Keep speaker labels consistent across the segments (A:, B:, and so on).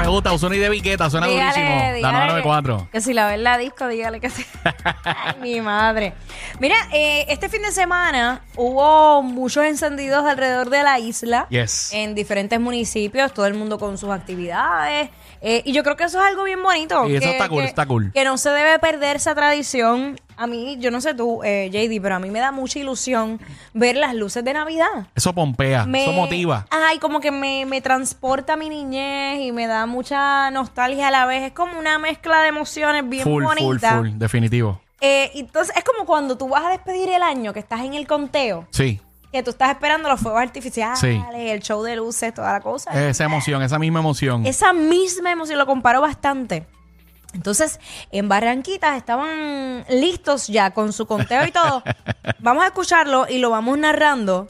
A: me gusta. Ozuna y de Viqueta, suena durísimo. La 994.
B: Que si la ves la disco, dígale que sí. Ay, mi madre. Mira, eh, este fin de semana hubo muchos encendidos alrededor de la isla.
A: Yes.
B: En diferentes municipios, todo el mundo con sus actividades. Eh, y yo creo que eso es algo bien bonito.
A: Sí, eso
B: que-
A: está cool,
B: que-
A: está cool.
B: Que no se debe perder esa tradición. A mí, yo no sé tú, eh, JD, pero a mí me da mucha ilusión ver las luces de Navidad.
A: Eso pompea,
B: me-
A: eso motiva.
B: Ay, como que me, me transporta a mi niñez y me da mucha nostalgia a la vez. Es como una mezcla de emociones bien
A: Full, full,
B: bonita.
A: full. Definitivo.
B: Eh, entonces, es como cuando tú vas a despedir el año, que estás en el conteo,
A: Sí.
B: que tú estás esperando los fuegos artificiales,
A: Sí. Eh.
B: el show de luces, toda la cosa.
A: Esa emoción, esa misma emoción.
B: Esa misma emoción lo comparo bastante. Entonces, en Barranquitas estaban listos ya con su conteo y todo. vamos a escucharlo y lo vamos narrando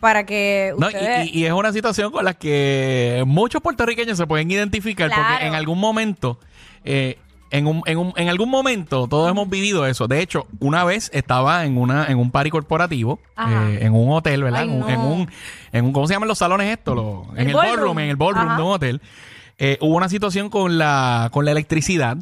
B: para que
A: No, y,
B: ustedes...
A: y- y es una situación con la que muchos puertorriqueños se pueden identificar porque
B: Claro.
A: en algún momento, eh, en, un- en un- en algún momento todos hemos vivido eso. De hecho, una vez estaba en una en un party corporativo,
B: Ajá.
A: eh, en un hotel, ¿verdad?
B: Ay,
A: en, un, en
B: no.
A: un en un- ¿cómo se llaman los salones estos? Los- en
B: El
A: el ballroom,
B: ballroom.
A: en el ballroom
B: Ajá.
A: de un hotel. Eh, hubo una situación con la con la electricidad.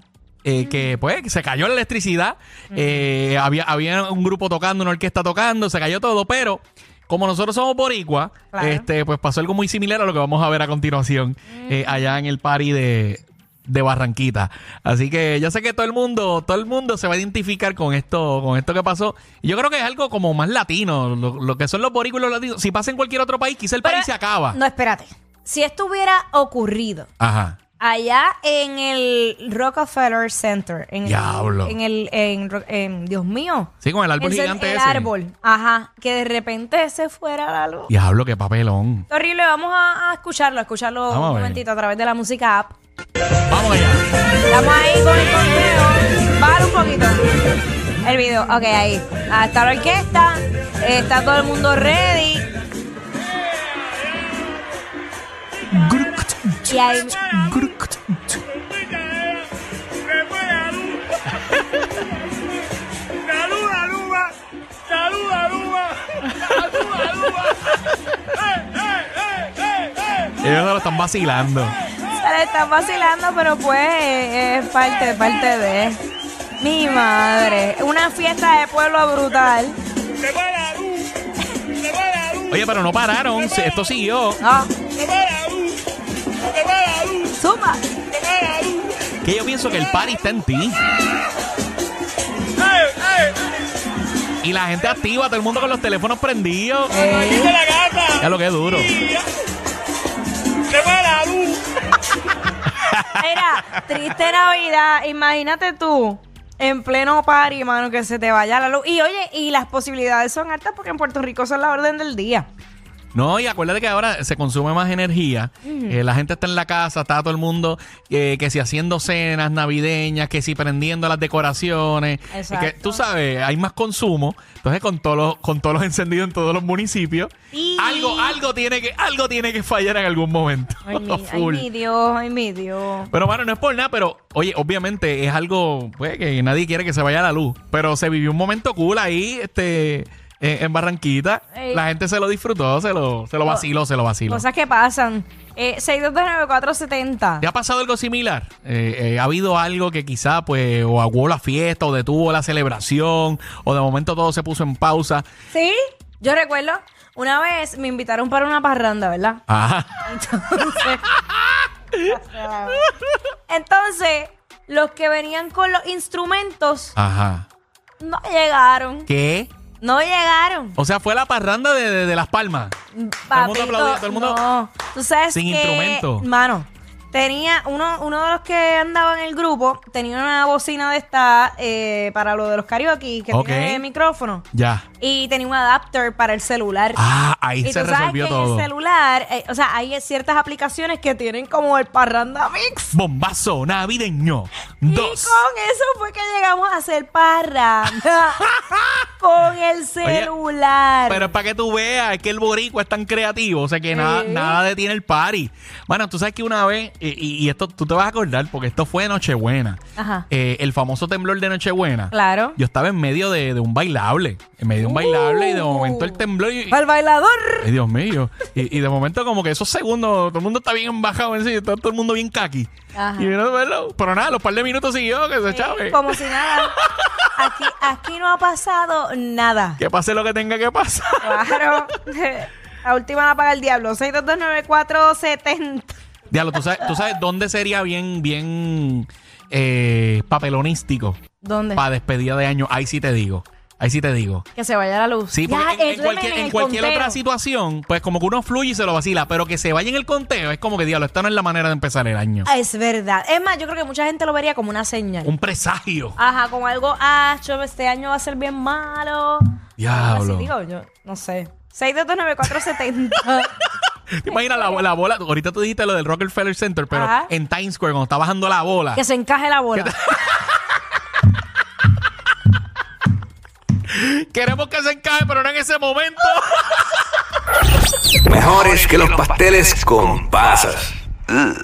A: eh, que pues que se cayó la electricidad, eh, había, había un grupo tocando, una orquesta tocando, se cayó todo, pero como nosotros somos boricua,
B: Claro.
A: este, pues pasó algo muy similar a lo que vamos a ver a continuación eh, allá en el party de, de Barranquita. Así que yo sé que todo el mundo, todo el mundo se va a identificar con esto, con esto que pasó. Y Yo creo que es algo como más latino, lo, lo que son los boricuas y los latinos. Si pasa en cualquier otro país, quizá el
B: Pero-
A: país se acaba.
B: No, espérate. Si esto hubiera ocurrido
A: Ajá.
B: allá en el Rockefeller Center, en el,
A: Diablo.
B: en el, en, Ro- en- Dios mío,
A: Sí, con el árbol
B: Ese-
A: gigante
B: el
A: ese.
B: árbol, ajá, que de repente se fuera la luz.
A: Diablo, qué papelón.
B: Horrible, vamos a, a escucharlo, a escucharlo
A: Vamos a
B: un
A: ver.
B: momentito a través de la música app.
A: Vamos allá.
B: Estamos ahí con el conteo. Bajar un poquito. El video, ok, ahí. Ah, Está la orquesta, está todo el mundo ready. Y ahí,
C: Saluda, Luba. Saluda, Luba. Saluda, Luba.
A: Ellos no lo están vacilando.
B: Se le están vacilando, pero pues eh, es parte, parte de. Mi madre. Una fiesta de pueblo brutal.
C: Se va la luz. Se va la luz.
A: Oye, pero no pararon. se- Esto siguió.
B: Ah,
C: Se va la luz. Se va la luz.
B: zumba.
C: Se va la luz.
A: Que yo pienso que el party está en ti.
C: ¡Ey, ey!
A: Y la gente activa, todo el mundo con los teléfonos prendidos.
B: Eh,
C: ¡Quita la gata!
A: Ya lo que es duro.
C: Se va la luz.
B: Mira, triste Navidad. Imagínate tú en pleno party, mano, que se te vaya la luz. Y oye, y las posibilidades son altas porque en Puerto Rico son la orden del día.
A: No, y acuérdate que ahora se consume más energía. Eh, la gente está en la casa, está todo el mundo eh, que si haciendo cenas navideñas, que si prendiendo las decoraciones. Eh,
B: Exacto.
A: que, tú sabes, hay más consumo. Entonces, con todos los, con todos los encendidos en todos los municipios,
B: Y-
A: algo, algo tiene que, algo tiene que fallar en algún momento.
B: Ay, mi, ay,
A: Full.
B: mi Dios, ay, mi Dios.
A: Pero bueno, no es por nada, pero oye, obviamente es algo pues, que nadie quiere que se vaya a la luz. Pero se vivió un momento cool ahí, este, en, en Barranquita.
B: Ey.
A: La gente se lo disfrutó, se lo, se lo vaciló, se lo vaciló.
B: Cosas que pasan. Eh, 6229470.
A: ¿Te ha pasado algo similar? Eh, eh, ¿Ha habido algo que quizá pues o aguó la fiesta o detuvo la celebración o de momento todo se puso en pausa?
B: Sí, yo recuerdo una vez me invitaron para una parranda, ¿verdad?
A: Ajá.
B: Entonces, los que venían con los instrumentos
A: Ajá.
B: no llegaron.
A: ¿Qué?
B: No llegaron.
A: O sea, fue la parranda de, de- de Las Palmas. Todo el mundo
B: Papito,
A: aplaudía, todo el mundo-
B: No. Tú sabes
A: Sin
B: que,
A: instrumento.
B: Mano, Tenía uno, uno de los que andaba en el grupo, tenía una bocina de esta eh, para lo de los karaoke que
A: Ok.
B: tiene micrófono.
A: Ya.
B: Y tenía un adapter para el celular.
A: Ah, ahí
B: y
A: se
B: tú sabes
A: resolvió
B: que
A: todo.
B: en el celular, eh, o sea, hay ciertas aplicaciones que tienen como el parranda mix.
A: Bombazo navideño.
B: Y
A: Dos.
B: con eso fue que llegamos a hacer parranda. con el celular.
A: Pero es para que tú veas, es que el boricua es tan creativo, o sea que nada,
B: Sí.
A: nada detiene el party. Bueno, tú sabes que una vez, y, y- y esto tú te vas a acordar, porque esto fue Nochebuena,
B: Ajá.
A: Eh, el famoso temblor de Nochebuena.
B: Claro.
A: Yo estaba en medio de, de un bailable, en medio de un bailable y de
B: Uh.
A: momento el temblor y...
B: Para el bailador.
A: Ay, Dios mío. Y, y de momento, como que esos segundos, todo el mundo está bien bajado en sí, está todo el mundo bien caqui.
B: Ajá.
A: Y uno, bueno, pero nada, los par de minutos siguió, que se
B: Sí,
A: chave.
B: Como si nada. Aquí, aquí no ha pasado nada.
A: Que pase lo que tenga que pasar.
B: Claro. La última la paga el diablo. 6229470.
A: Diablo, ¿tú sabes, tú sabes dónde sería bien, bien eh, papelonístico
B: ¿Dónde?
A: para despedida de año? Ahí sí te digo. Ahí sí te digo.
B: que se vaya la luz.
A: Sí, porque
B: Ya,
A: en- en,
B: eso es
A: cualquier,
B: en
A: en
B: el
A: cualquier
B: conteo.
A: otra situación, pues como que uno fluye y se lo vacila, pero que se vaya en el conteo es como que, diablo, esta no es la manera de empezar el año.
B: Ah, Es verdad. Es más, yo creo que mucha gente lo vería como una señal.
A: Un presagio.
B: Ajá, como algo, ah, yo, este año va a ser bien malo.
A: Diablo.
B: Así digo yo, no sé. 6229470.
A: ¿Te imaginas la, la bola? Ahorita tú dijiste lo del Rockefeller Center, pero
B: Ajá.
A: en Times Square, cuando está bajando la bola,
B: que se encaje la bola.
A: queremos que se encaje, pero no en ese momento.
D: Mejores que los pasteles con pasas. Ugh.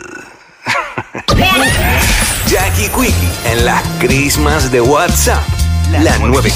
D: Jackie Quickie en las crismas de WhatsApp. La 94.